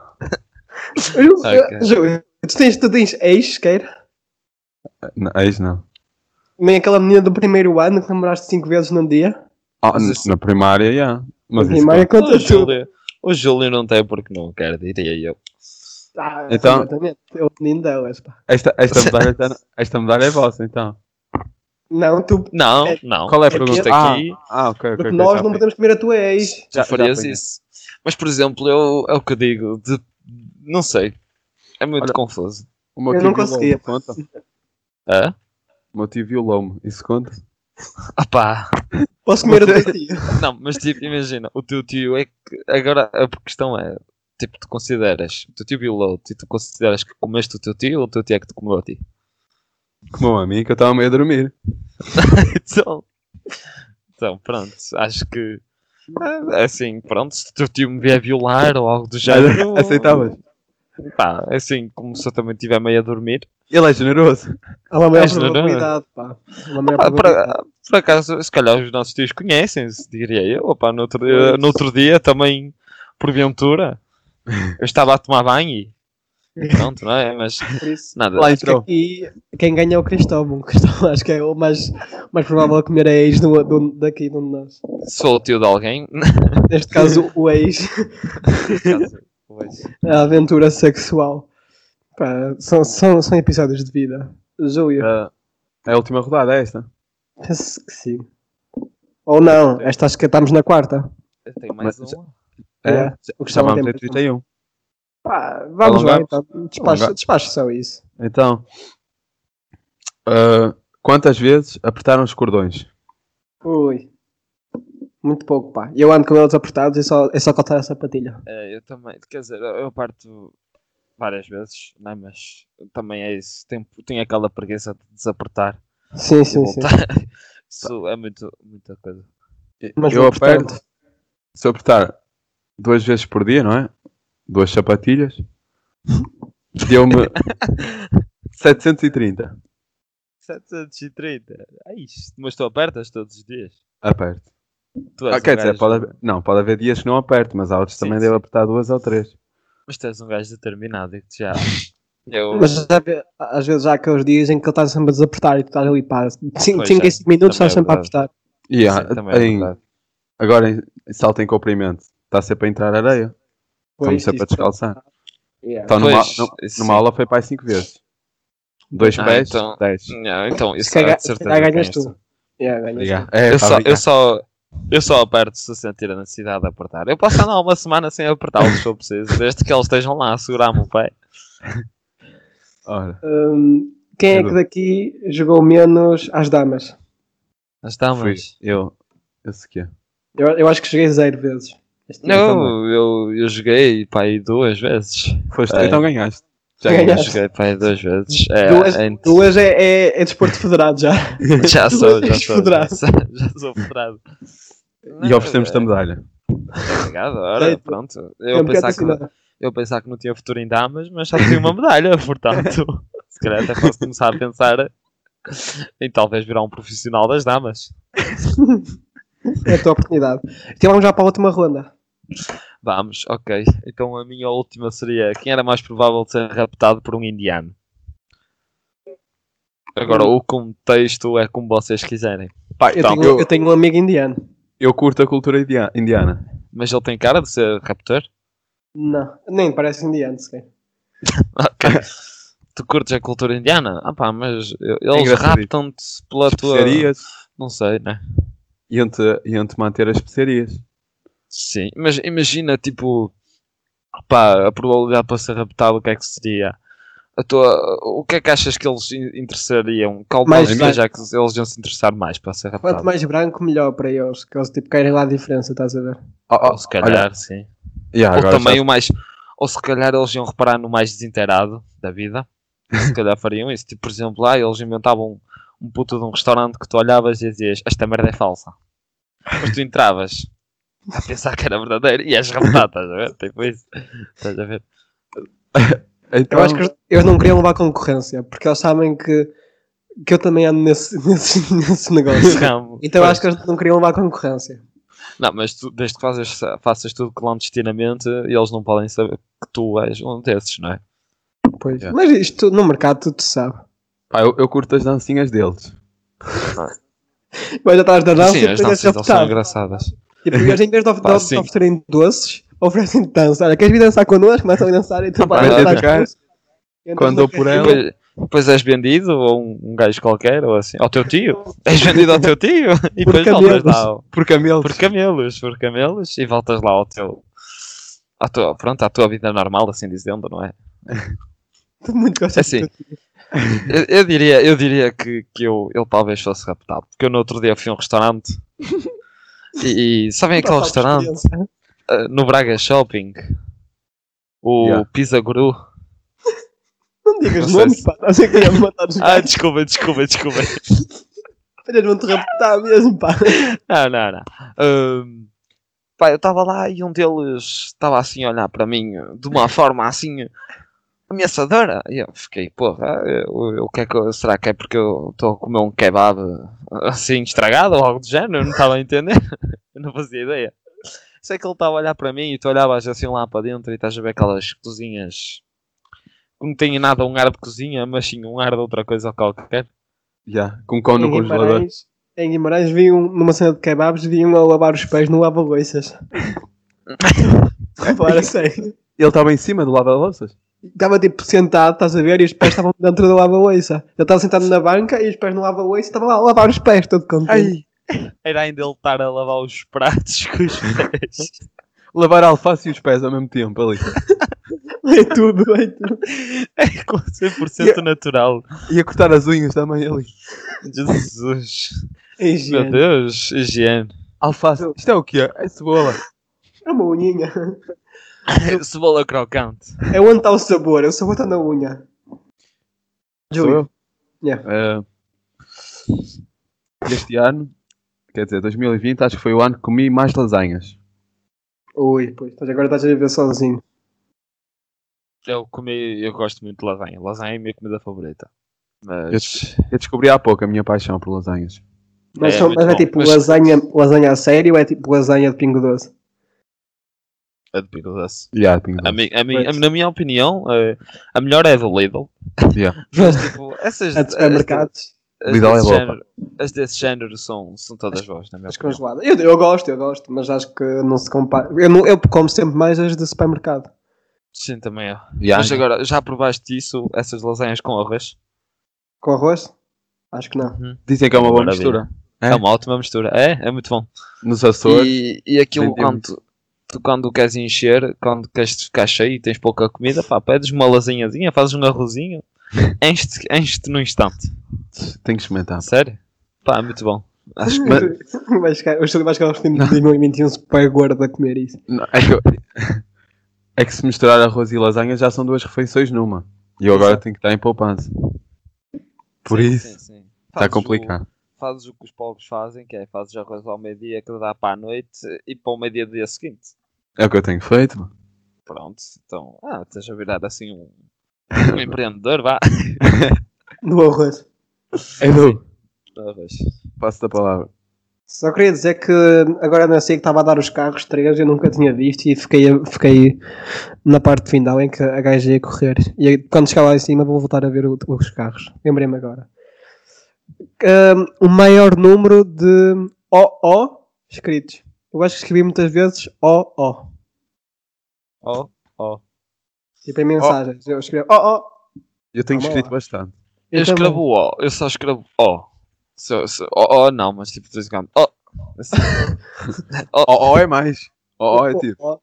Speaker 2: Ju-
Speaker 3: Ok.
Speaker 2: Ju, tu tens, tu tens ex, queira?
Speaker 1: não. Eis não.
Speaker 2: Nem aquela menina do primeiro ano que namoraste cinco vezes num dia? Assim,
Speaker 1: Ah,
Speaker 3: Mas
Speaker 1: n-
Speaker 3: isso-
Speaker 1: Na primária, já. Mas isso
Speaker 2: Na
Speaker 1: Então-
Speaker 2: primária
Speaker 3: O
Speaker 2: conta tudo.
Speaker 3: Júlio, o Júlio não tem porque não quer, diria eu.
Speaker 2: Ah,
Speaker 1: Então-
Speaker 2: Exatamente. É o menino delas, pá.
Speaker 1: é- Esta, esta, medalha, está- esta medalha é vossa, então.
Speaker 2: Não, tu.
Speaker 3: Não,
Speaker 2: É-
Speaker 3: não.
Speaker 1: Qual é a
Speaker 2: porque-
Speaker 1: pergunta?
Speaker 3: Ah,
Speaker 1: aqui? Ah, ok, ok.
Speaker 2: Porque
Speaker 1: ok,
Speaker 2: nós
Speaker 1: já
Speaker 2: não
Speaker 1: apanhei.
Speaker 2: podemos comer a tua ex.
Speaker 3: Tu
Speaker 1: Já- já
Speaker 3: farias
Speaker 1: apanhei.
Speaker 3: isso. Mas por exemplo, eu, é o que eu digo, de- não sei. É muito
Speaker 1: Olha-
Speaker 3: confuso.
Speaker 1: O meu
Speaker 2: Eu
Speaker 1: tio
Speaker 2: não
Speaker 1: violou-me,
Speaker 2: conseguia.
Speaker 1: Conta.
Speaker 3: Hã?
Speaker 1: O meu tio violou-me. Isso conta?
Speaker 3: Ah pá.
Speaker 2: Posso comer a tua tia.
Speaker 3: Não, mas tipo, imagina, o teu tio é que. Agora a questão é: tipo, tu consideras. O teu tio violou-te e tu consideras que comeste o teu tio ou o teu tio é que te comeu a ti?
Speaker 1: Como a mim, que eu estava meio a dormir.
Speaker 3: Então, então pronto, acho que. é, Assim, pronto, se o teu tio me vier violar ou algo do género.
Speaker 1: Aceitavas?
Speaker 3: Pá, assim, como se eu também estiver meio a dormir.
Speaker 1: Ele é generoso.
Speaker 2: Há uma maior
Speaker 3: És ladrão.
Speaker 2: probabilidade, pá. Há Uma maior
Speaker 1: Ah,
Speaker 3: Pá,
Speaker 2: probabilidade.
Speaker 3: por, por acaso, se calhar os nossos tios conhecem-se, diria eu. Opa, no, outro dia, no outro dia também, porventura, eu estava a tomar banho e. Pronto, não é? Mas
Speaker 2: Por isso.
Speaker 3: nada.
Speaker 1: Lá
Speaker 2: Acho que
Speaker 1: entrou.
Speaker 2: aqui quem ganha é o Cristóvão. O Cristóvão acho que é o mais, mais provável a comer a ex do, do- daqui, de um de nós.
Speaker 3: Sou o tio de alguém.
Speaker 2: Neste caso, o ex, a aventura sexual. Pá, são, são, são episódios de vida. Júlio,
Speaker 1: Ah, É a última rodada, é esta.
Speaker 2: penso que sim. Ou não, esta acho que estamos na quarta.
Speaker 3: Tem mais um.
Speaker 1: Mas-
Speaker 3: uma.
Speaker 2: É,
Speaker 1: É.
Speaker 2: o
Speaker 1: Já
Speaker 2: Cristóvão
Speaker 1: vamos
Speaker 2: tem
Speaker 1: a
Speaker 2: mais
Speaker 1: 31.
Speaker 2: Pá, vamos lá,
Speaker 1: Alongamos?
Speaker 2: então. Despacha,
Speaker 1: Alongamos.
Speaker 2: despacha só isso.
Speaker 1: Então. ah, quantas vezes apertaram os cordões?
Speaker 2: Ui. Muito pouco, pá. Eu ando com eles apertados e só, é só cortar a sapatilha.
Speaker 3: É, eu também, quer dizer, eu eu parto várias vezes, não é? mas também é isso. Tem, tem aquela preguiça de desapertar
Speaker 2: Sim,
Speaker 3: e
Speaker 2: sim, sim.
Speaker 3: voltar. Isso é muito, muita coisa.
Speaker 2: Mas
Speaker 1: eu aperto.
Speaker 2: portanto,
Speaker 1: Se eu apertar duas vezes por dia, não é? Duas sapatilhas. Deu-me 730.
Speaker 3: 730. É isto. Mas tu apertas todos os dias.
Speaker 1: Aperto.
Speaker 3: Tu és
Speaker 1: Ah,
Speaker 3: um
Speaker 1: quer dizer,
Speaker 3: gajo-
Speaker 1: pode haver, não, pode haver dias que não aperto, mas há outros que
Speaker 3: Sim,
Speaker 1: também
Speaker 3: sim.
Speaker 1: devo apertar duas ou três.
Speaker 3: Mas tu és um gajo determinado, digo-te já. Eu,
Speaker 2: Mas já vê- às vezes há aqueles dias em que ele está sempre a desapertar e tu estás ali, pá, 5
Speaker 3: Pois
Speaker 2: em
Speaker 3: é,
Speaker 2: 5 minutos
Speaker 3: também
Speaker 2: estás
Speaker 3: é
Speaker 2: sempre a apertar.
Speaker 1: E há-
Speaker 3: sim, também é
Speaker 1: em-
Speaker 3: verdade.
Speaker 1: agora em salto em comprimento. Está sempre a entrar areia. Estamos sempre a
Speaker 2: isso- é
Speaker 1: descalçar.
Speaker 2: Yeah.
Speaker 1: Então numa,
Speaker 3: é Pois,
Speaker 1: nu-
Speaker 3: isso
Speaker 1: numa
Speaker 3: sim.
Speaker 1: aula foi para aí 5 vezes. Dois
Speaker 3: Ah,
Speaker 1: pés,
Speaker 3: então-
Speaker 1: 10.
Speaker 3: Não, então, isso
Speaker 2: Se calhar-
Speaker 3: é de
Speaker 2: se
Speaker 3: certeza.
Speaker 2: calhar
Speaker 3: que
Speaker 2: ganhas
Speaker 3: é
Speaker 2: tu.
Speaker 3: isso.
Speaker 2: Yeah, ganhas.
Speaker 1: Obrigado. É,
Speaker 2: tá
Speaker 1: pá,
Speaker 3: eu, só, eu,
Speaker 1: obrigado.
Speaker 3: só, eu só aperto se sentir a necessidade de apertar. Eu posso andar uma semana sem apertá-los se eu preciso, desde que eles estejam lá a segurar-me o pé.
Speaker 1: Ora,
Speaker 2: Hum, quem é que daqui jogou menos às damas?
Speaker 3: Mas está,
Speaker 1: fui
Speaker 3: mas.
Speaker 1: eu. Esse aqui.
Speaker 2: Eu, eu acho que cheguei zero vezes. Este ano.
Speaker 3: Não, eu, eu joguei pá, aí duas vezes.
Speaker 1: Foste,
Speaker 3: É.
Speaker 1: Então ganhaste.
Speaker 3: Já ganhei,
Speaker 2: Ganhaste.
Speaker 3: joguei para aí duas vezes. É,
Speaker 2: Duas-
Speaker 3: é, int-
Speaker 2: Duas é, é, é desporto federado já.
Speaker 3: já sou, já
Speaker 2: duas
Speaker 3: sou. Já
Speaker 2: federado.
Speaker 3: sou, já sou federado.
Speaker 1: E
Speaker 3: é.
Speaker 1: oferecemos-te a medalha.
Speaker 3: Obrigado, ora,
Speaker 2: Sei.
Speaker 3: pronto.
Speaker 2: é
Speaker 3: Eu
Speaker 2: um bocado
Speaker 3: pensava que
Speaker 2: assim, não.
Speaker 3: eu pensava que não tinha futuro em damas, mas já tenho uma medalha, portanto, se calhar até posso começar a pensar em talvez virar um profissional das damas.
Speaker 2: É a tua oportunidade. Então vamos já para a última ronda.
Speaker 3: Vamos, ok. Então a minha última seria quem era mais provável de ser raptado por um indiano? Agora, o contexto é como vocês quiserem.
Speaker 1: Pá,
Speaker 2: Eu,
Speaker 1: então,
Speaker 2: tenho,
Speaker 1: eu,
Speaker 2: eu tenho um amigo indiano.
Speaker 1: eu curto a cultura india- indiana.
Speaker 3: Mas ele tem cara de ser raptor?
Speaker 2: Não, nem parece indiano, sequer.
Speaker 3: Ok. tu curtes a cultura indiana? Ah pá, mas eu- eles
Speaker 1: engraçadito.
Speaker 3: raptam-te pela
Speaker 1: Tipo,
Speaker 3: tua...
Speaker 1: Especiarias.
Speaker 3: Não sei, né?
Speaker 1: Iam-te iam -te manter as especiarias.
Speaker 3: Sim, mas imagina, tipo, pá, a probabilidade para ser raptado, o que é que seria? A tua, o que é que achas que eles in- interessariam? Qual
Speaker 2: Mais
Speaker 3: mais
Speaker 2: vai-
Speaker 3: já que eles iam se interessar mais para ser
Speaker 2: Quanto
Speaker 1: Tá.
Speaker 3: raptado?
Speaker 2: mais branco, melhor para eles. Que eles tipo querem lá a diferença, estás a ver?
Speaker 1: Oh, oh,
Speaker 3: Ou se calhar,
Speaker 1: olha,
Speaker 3: sim.
Speaker 1: yeah,
Speaker 3: Ou
Speaker 1: agora
Speaker 3: também
Speaker 1: já-
Speaker 3: o mais. Ou se calhar eles iam reparar no mais desinteirado da vida. Se calhar fariam isso. Tipo, por exemplo, lá eles inventavam um, um puto de um restaurante que tu olhavas e dizias esta merda é falsa. Mas tu entravas a pensar que era verdadeiro e és raptado, estás a ver? Tipo isso. Estás a ver?
Speaker 1: então,
Speaker 2: Eu acho que eles- eles não queriam levar concorrência, porque eles sabem que, que eu também ando nesse, nesse, nesse
Speaker 3: Esse
Speaker 2: negócio.
Speaker 3: ramo.
Speaker 2: Então eu acho que eles não queriam levar concorrência.
Speaker 3: Não, mas tu, desde que fazes, faças tudo clandestinamente, eles não podem saber que tu és um desses, não é?
Speaker 2: Pois.
Speaker 1: Yeah.
Speaker 2: Mas isto no mercado tudo se sabe.
Speaker 1: pá, eu, eu curto as dancinhas deles.
Speaker 2: Vais atrás da dança
Speaker 3: Sim,
Speaker 2: e
Speaker 3: as
Speaker 2: depois és
Speaker 3: danças eles são
Speaker 2: raptado.
Speaker 3: engraçadas.
Speaker 2: E depois em vez de, of-
Speaker 3: Pá,
Speaker 2: de
Speaker 3: sim.
Speaker 2: oferecerem doces, oferecem dança. Olha, queres vir dançar connosco? Começam a dançar e tu
Speaker 3: Ah, pá,
Speaker 2: vais
Speaker 3: vai
Speaker 2: atrás
Speaker 1: ficar-
Speaker 2: deles. E entras
Speaker 1: Quando
Speaker 2: no
Speaker 1: eu por
Speaker 2: carrinho.
Speaker 1: ela-
Speaker 3: Depois, depois és vendido, ou um, um gajo qualquer, ou assim, ao teu tio. És vendido ao teu tio, e
Speaker 2: Por
Speaker 3: depois voltas
Speaker 2: camelos.
Speaker 3: lá ao-
Speaker 1: Por camelos.
Speaker 3: por camelos, por camelos, e voltas lá ao teu. À tua, pronto, à tua vida normal, assim dizendo, não é?
Speaker 2: Tu muito
Speaker 3: É
Speaker 2: gostas
Speaker 3: assim.
Speaker 2: de-
Speaker 3: Eu, eu diria, eu diria que, que eu, ele talvez fosse raptado, porque eu no outro dia fui a um restaurante. E, e sabem aquele
Speaker 2: Pá, sabes
Speaker 3: é restaurante?
Speaker 2: experiência.
Speaker 3: Uh, no Braga Shopping, o
Speaker 1: Yeah.
Speaker 3: Pizza Guru.
Speaker 2: Não digas
Speaker 3: Não sei
Speaker 2: nomes,
Speaker 3: se-
Speaker 2: pá. Estás a querer matar os
Speaker 3: Ah,
Speaker 2: gajos.
Speaker 3: desculpa, desculpa, desculpa.
Speaker 2: Eles vão-te raptar mesmo, pá.
Speaker 3: não, não, não. Ahm, pá, eu estava lá e um deles estava assim a olhar para mim eh, de uma forma assim eh, ameaçadora. E eu fiquei, porra, eh, o o que é que, eu- será que é porque eu estou a comer um kebab eh, assim estragado ou algo do género? Eu não estava a entender. Eu não fazia ideia. Sei que ele estava a olhar para mim e tu olhavas assim lá para dentro e estás a ver aquelas cozinhas que não têm nada um ar de cozinha, mas sim um ar de outra coisa qualquer.
Speaker 1: Yeah, com cão no
Speaker 2: em
Speaker 1: congelador.
Speaker 2: Guimarães, em Guimarães vi um, numa cena de kebabs, vi um a lavar os pés no lava-loiças. Repara, sério.
Speaker 1: Ele estava em cima do lava-louças.
Speaker 2: Estava tipo sentado, estás a ver, e os pés estavam dentro da lava-loiça. Eu estava sentado na banca e os pés no lava-loiça, estava lá a lavar os pés, todo contente.
Speaker 3: Era ainda ele estar a lavar os pratos com os pés.
Speaker 1: Lavar a alface e os pés ao mesmo tempo ali.
Speaker 2: É tudo, é tudo.
Speaker 3: É com 100%
Speaker 1: Yeah.
Speaker 3: natural.
Speaker 1: E a cortar as unhas também ali.
Speaker 3: Jesus.
Speaker 2: É
Speaker 3: Meu
Speaker 2: higiene.
Speaker 3: Deus, higiene.
Speaker 1: Alface. Isto é o quê? É cebola.
Speaker 2: É uma unhinha.
Speaker 3: Cebola crocante.
Speaker 2: É onde está o sabor, eu sabor está na unha.
Speaker 1: Sou
Speaker 2: Júlio,
Speaker 1: eu? Eh, este ano, quer dizer, 2020, acho que foi o ano que comi mais lasanhas.
Speaker 2: Ui, pois, estás- agora estás a viver sozinho.
Speaker 3: Eu comi, eu gosto muito de lasanha. Lasanha é a minha comida favorita.
Speaker 1: Eu,
Speaker 3: Mas.
Speaker 1: eu descobri há pouco a minha paixão por lasanhas.
Speaker 2: Mas,
Speaker 3: É,
Speaker 2: são,
Speaker 3: muito
Speaker 2: mas é
Speaker 3: bom.
Speaker 2: tipo
Speaker 3: Mas-
Speaker 2: lasanha, lasanha a sério ou é tipo lasanha de pingo doce?
Speaker 3: É de pico doce.
Speaker 1: Yeah, tenho
Speaker 3: A mi, a mi,
Speaker 2: Pois.
Speaker 3: a mi- na minha opinião, eh, a melhor é a do Lidl.
Speaker 1: Yeah.
Speaker 3: Mas, tipo, essas. eh,
Speaker 2: É de supermercados,
Speaker 3: As,
Speaker 1: Lidl é
Speaker 3: desse
Speaker 1: boa,
Speaker 3: género, as desse género são, são todas boas, na minha
Speaker 2: as
Speaker 3: opinião.
Speaker 2: congeladas. Eu, eu gosto, eu gosto, mas acho que não se compara. Eu, não- eu como sempre mais as de supermercado.
Speaker 3: Sim, também é.
Speaker 1: Yeah.
Speaker 3: Mas agora, já provaste isso, essas lasanhas com arroz?
Speaker 2: Com arroz? Acho que não.
Speaker 1: Dizem que é uma boa
Speaker 3: Maravilha.
Speaker 1: mistura.
Speaker 3: É,
Speaker 1: É?
Speaker 3: uma ótima mistura. É, é muito bom.
Speaker 1: Nos Açores.
Speaker 3: E, e aquilo
Speaker 1: Entendi
Speaker 3: quando tu, tu quando queres encher, quando queres ficar cheio e tens pouca comida, pá, pedes uma lasanhazinha, fazes um arrozinho, enche-te enche num instante.
Speaker 1: Tenho que experimentar.
Speaker 3: Sério? Pá, é muito bom. Acho que
Speaker 1: Mas-
Speaker 2: Vai chegar, o Júlio vai um chegar aos tempos de 2021 super gordo a comer isso.
Speaker 1: Não, É que, eu- é que se misturar arroz e lasanha já são duas refeições numa. E eu agora tenho que estar em poupança. Por
Speaker 3: Sim,
Speaker 1: isso,
Speaker 3: sim, sim.
Speaker 1: está
Speaker 3: Fazes o-
Speaker 1: complicado.
Speaker 3: fazes o que os pobres fazem, que é fazes arroz ao meio-dia, que dá para a noite e para o meio-dia do dia seguinte.
Speaker 1: É o que eu tenho feito, mano.
Speaker 3: Pronto, então, ah, estás a virar assim um, um empreendedor, vá.
Speaker 2: No arroz.
Speaker 1: Edu,
Speaker 3: Arroz.
Speaker 1: passo-te a palavra.
Speaker 2: Só queria dizer que agora não sei que estava a dar os carros três, eu nunca tinha visto e fiquei, fiquei na parte final em que a gaja ia correr. E aí, quando chegar lá em cima vou voltar a ver o- os carros. Lembrei-me agora. Ahm, o maior número de OO escritos. Eu acho que escrevi muitas vezes OO.
Speaker 3: Oh, oh.
Speaker 2: Tipo em mensagens. Eu escrevi OO.
Speaker 1: Eu tenho
Speaker 2: Vamos
Speaker 1: escrito
Speaker 2: lá.
Speaker 1: bastante.
Speaker 3: Eu,
Speaker 2: também.
Speaker 3: escrevo ó, eu só escrevo ó. Só- só- ó, ó, não, mas tipo, estou jogando ó. Assim. ó, ó,
Speaker 1: Oh, oh é mais. Oh, oh é tipo.
Speaker 2: O, O.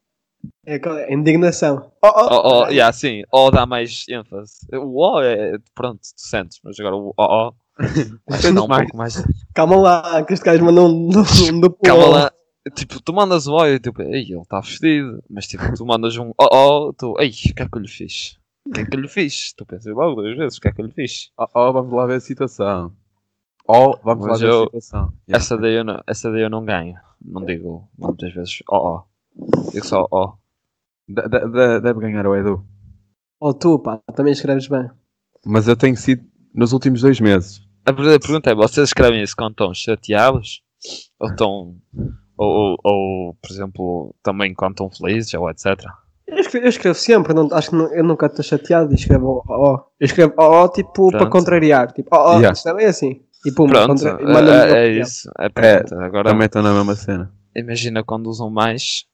Speaker 2: É aquela indignação. OO.
Speaker 3: ó, ó, Oh, yeah, sim, ó dá mais ênfase. O ó é, pronto, tu sentes, mas agora o ó, ó. Acho que dá um
Speaker 1: Mais.
Speaker 3: pouco mais.
Speaker 2: Calma lá, que este gajo mandou um um duplo.
Speaker 3: Calma lá. Tipo, tu mandas um ó e eu tipo, ei, ele está vestido. Mas tipo, tu mandas um ó, ó, tu, ei, o que é que eu lhe fiz? O que é que eu lhe fiz? Tu pensas logo duas vezes, o que é que eu lhe fiz?
Speaker 1: Oh, oh, vamos lá ver a situação. Oh, vamos lá
Speaker 3: Mas
Speaker 1: ver a
Speaker 3: eu-
Speaker 1: situação. Yeah.
Speaker 3: Essa daí eu não, essa daí eu não ganho. Não digo muitas vezes ó, ó. Digo só ó.
Speaker 1: De- de- de- deve ganhar o Edu.
Speaker 2: Ou tu, pá, também escreves bem.
Speaker 1: Mas eu tenho sido nos últimos dois meses.
Speaker 3: A verdadeira pergunta é: vocês escrevem isso quando estão chateados? Ou estão. Ou, ou- ou, por exemplo, também quando estão felizes, ou etc.
Speaker 2: Eu escrevo, eu escrevo sempre, não, acho que nu- eu nunca estou chateado e escrevo ó. ó. Eu escrevo ó, ó, tipo,
Speaker 3: Pronto.
Speaker 2: para contrariar. Tipo, ó, ó,
Speaker 1: Yeah.
Speaker 2: isto também é assim. E pum,
Speaker 3: Pronto,
Speaker 2: contra- e manda-me
Speaker 3: é, é
Speaker 2: uma-
Speaker 3: isso. É a pergunta. Agora,
Speaker 1: Também estou na mesma cena.
Speaker 3: imagina quando usam mais.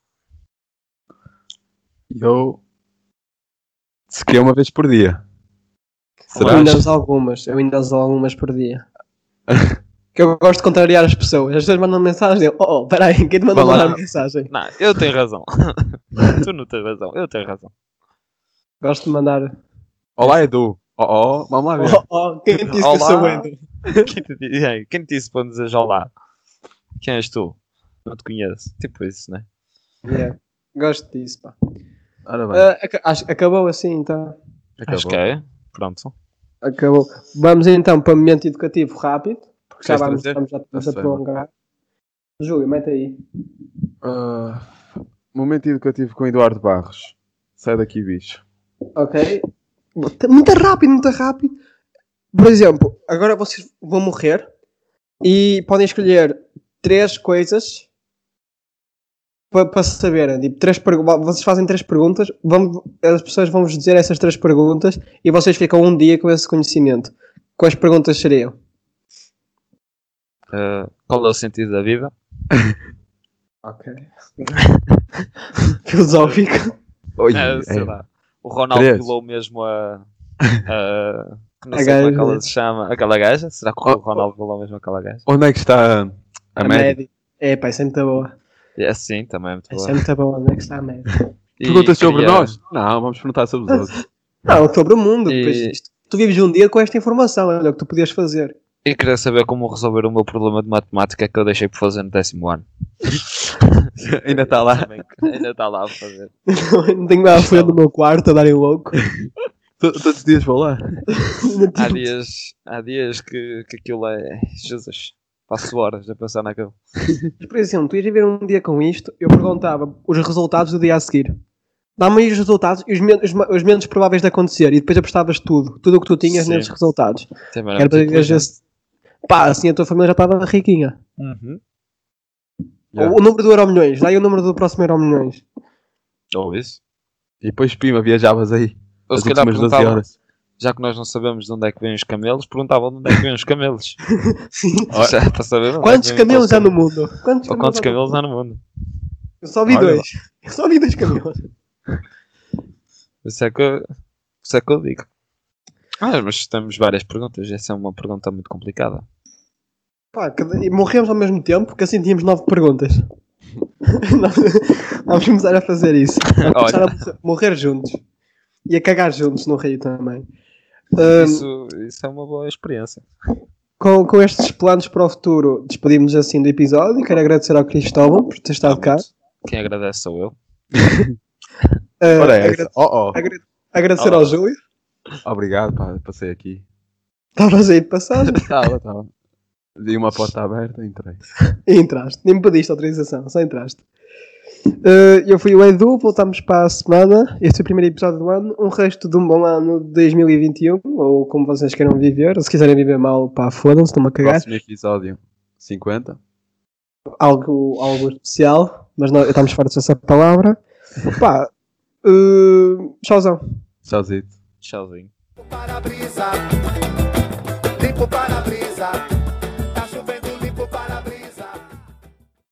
Speaker 1: E Eu. Se quer uma vez por dia.
Speaker 2: Eu
Speaker 1: Será?
Speaker 2: ainda uso algumas, eu ainda uso algumas por dia. que eu gosto de contrariar as pessoas. As pessoas mandam mensagem, ó, ó, peraí, quem te mandou
Speaker 1: Vá lá.
Speaker 2: mandar mensagem?
Speaker 3: Não, eu tenho razão. tu não tens razão, eu tenho razão.
Speaker 2: Gosto de mandar,
Speaker 1: Olá, Edu. Oh, oh, vamos lá ver.
Speaker 2: ó, ó, quem te disse que eu
Speaker 3: Olá.
Speaker 2: sou o Ender?
Speaker 3: Quem te, di- é, quem te disse para me dizer olá? Quem és tu? Não te conheço. Tipo isso, né?
Speaker 2: Yeah, Gosto disso, pá.
Speaker 1: Ora bem,
Speaker 2: Ah, aca- acho- acabou assim, então.
Speaker 1: acabou.
Speaker 3: Acho que é. Pronto.
Speaker 2: Acabou. Vamos então para o momento educativo rápido, porque já
Speaker 1: Queres
Speaker 2: vamos,
Speaker 1: trazer?
Speaker 2: vamos, já, vamos a
Speaker 1: Ah, sei,
Speaker 2: prolongar. Júlio, mete aí.
Speaker 1: Ah, momento educativo com Eduardo Barros. Sai daqui, bicho.
Speaker 2: Ok. Muito rápido, muito rápido. Por exemplo, agora vocês vão morrer e podem escolher três coisas para, para saberem. Tipo, três pergu- vocês fazem três perguntas, vão, as pessoas vão vos dizer essas três perguntas e vocês ficam um dia com esse conhecimento. Quais perguntas seriam?
Speaker 3: Eh, qual é o sentido da vida?
Speaker 2: Ok. Filosófico.
Speaker 1: Oi,
Speaker 3: É, sei
Speaker 1: ei,
Speaker 3: lá. O Ronaldo
Speaker 1: Três.
Speaker 3: pilou mesmo a. a que
Speaker 2: A
Speaker 3: não sei como é que
Speaker 2: gaja.
Speaker 3: ela se chama. Aquela gaja? Será que o
Speaker 1: Oh,
Speaker 3: Ronaldo pilou mesmo aquela gaja?
Speaker 1: Onde é que está a, a média?
Speaker 2: É, pá, isso é muito boa.
Speaker 3: É sim, também é muito
Speaker 2: Isso é
Speaker 3: boa.
Speaker 2: muito boa. Onde é que está a média?
Speaker 3: E
Speaker 1: Perguntas sobre
Speaker 3: queria-
Speaker 1: nós? Não, vamos perguntar sobre os outros.
Speaker 2: Não, sobre o mundo.
Speaker 3: E-
Speaker 2: depois isto- tu vives um dia com esta informação. Olha o que tu podias fazer.
Speaker 3: E queria saber como resolver o meu problema de matemática que eu deixei por fazer no décimo ano.
Speaker 1: Ainda tá. está lá.
Speaker 3: Também que- Ainda está lá a fazer.
Speaker 2: Não tenho lá a folha do meu quarto a darem louco.
Speaker 1: To- Todos os dias vou lá.
Speaker 3: Há dias, há dias que, que aquilo é. Jesus, passo horas a pensar naquilo.
Speaker 2: Mas, por exemplo, tu ias viver um dia com isto. Eu perguntava os resultados do dia a seguir. Dá-me aí os resultados e os, men- os ma- os menos prováveis de acontecer. E depois apostavas tudo. Tudo o que tu tinhas
Speaker 3: Sim.
Speaker 2: nesses resultados.
Speaker 3: Também era
Speaker 2: Era tipo para
Speaker 3: muito
Speaker 2: dizeres esse... Pá, assim a tua família já estava riquinha.
Speaker 3: inteligente. Uhum.
Speaker 1: Yeah.
Speaker 2: O, o número do Euro Milhões, dá aí o número do próximo Euro Milhões.
Speaker 3: Ou isso?
Speaker 1: E depois, Pima, viajavas aí.
Speaker 3: Ou
Speaker 1: As
Speaker 3: se calhar
Speaker 1: últimas 12
Speaker 3: perguntava,
Speaker 1: horas.
Speaker 3: já que nós não sabemos de onde é que vêm os camelos, perguntava de onde é que vêm os camelos.
Speaker 1: Olha.
Speaker 3: Já está a saber onde é que
Speaker 2: Quantos
Speaker 3: vêm
Speaker 2: camelos
Speaker 3: os
Speaker 2: há no mundo? Quantos
Speaker 3: Ou quantos
Speaker 2: há no mundo?
Speaker 3: camelos há no mundo?
Speaker 2: Eu só vi
Speaker 1: Olha
Speaker 2: dois. Eu só vi dois camelos.
Speaker 3: Isso é que eu, isso é que eu digo. Ah, mas temos várias perguntas. Essa é uma pergunta muito complicada.
Speaker 2: Pá, cada- e morremos ao mesmo tempo, que assim tínhamos nove perguntas. Nós- Vamos começar a fazer isso. Vamos começar a morrer, morrer juntos. E a cagar juntos no Rio também. Ahm,
Speaker 3: Isso, isso é uma boa experiência.
Speaker 2: com, com estes planos para o futuro, despedimos-nos assim do episódio. Quero agradecer ao Cristóvão por ter estado cá.
Speaker 3: Quem agradece sou eu.
Speaker 2: Ah,
Speaker 1: Ora é
Speaker 2: agra-
Speaker 1: essa. Oh, oh.
Speaker 2: agra- agradecer
Speaker 3: Olá.
Speaker 2: ao Júlio.
Speaker 1: Obrigado, pá, passei aqui.
Speaker 2: Estavas aí de passado
Speaker 1: Estava, estava. Vi uma porta aberta e entrei.
Speaker 2: e entraste. Nem me pediste autorização, só entraste. Eh, eu fui o Edu, voltamos para a semana. Este é o primeiro episódio do ano. Um resto de um bom ano de 2021, ou como vocês queiram viver. Ou se quiserem viver mal, pá, fodam-se, estão-me a cagar.
Speaker 1: Próximo episódio 50.
Speaker 2: algo, algo especial, mas nós estamos fartos dessa palavra. Pá, eh, tchauzão.
Speaker 1: Tchauzito.
Speaker 3: Tchauzinho.
Speaker 4: para-brisa, limpo para-brisa,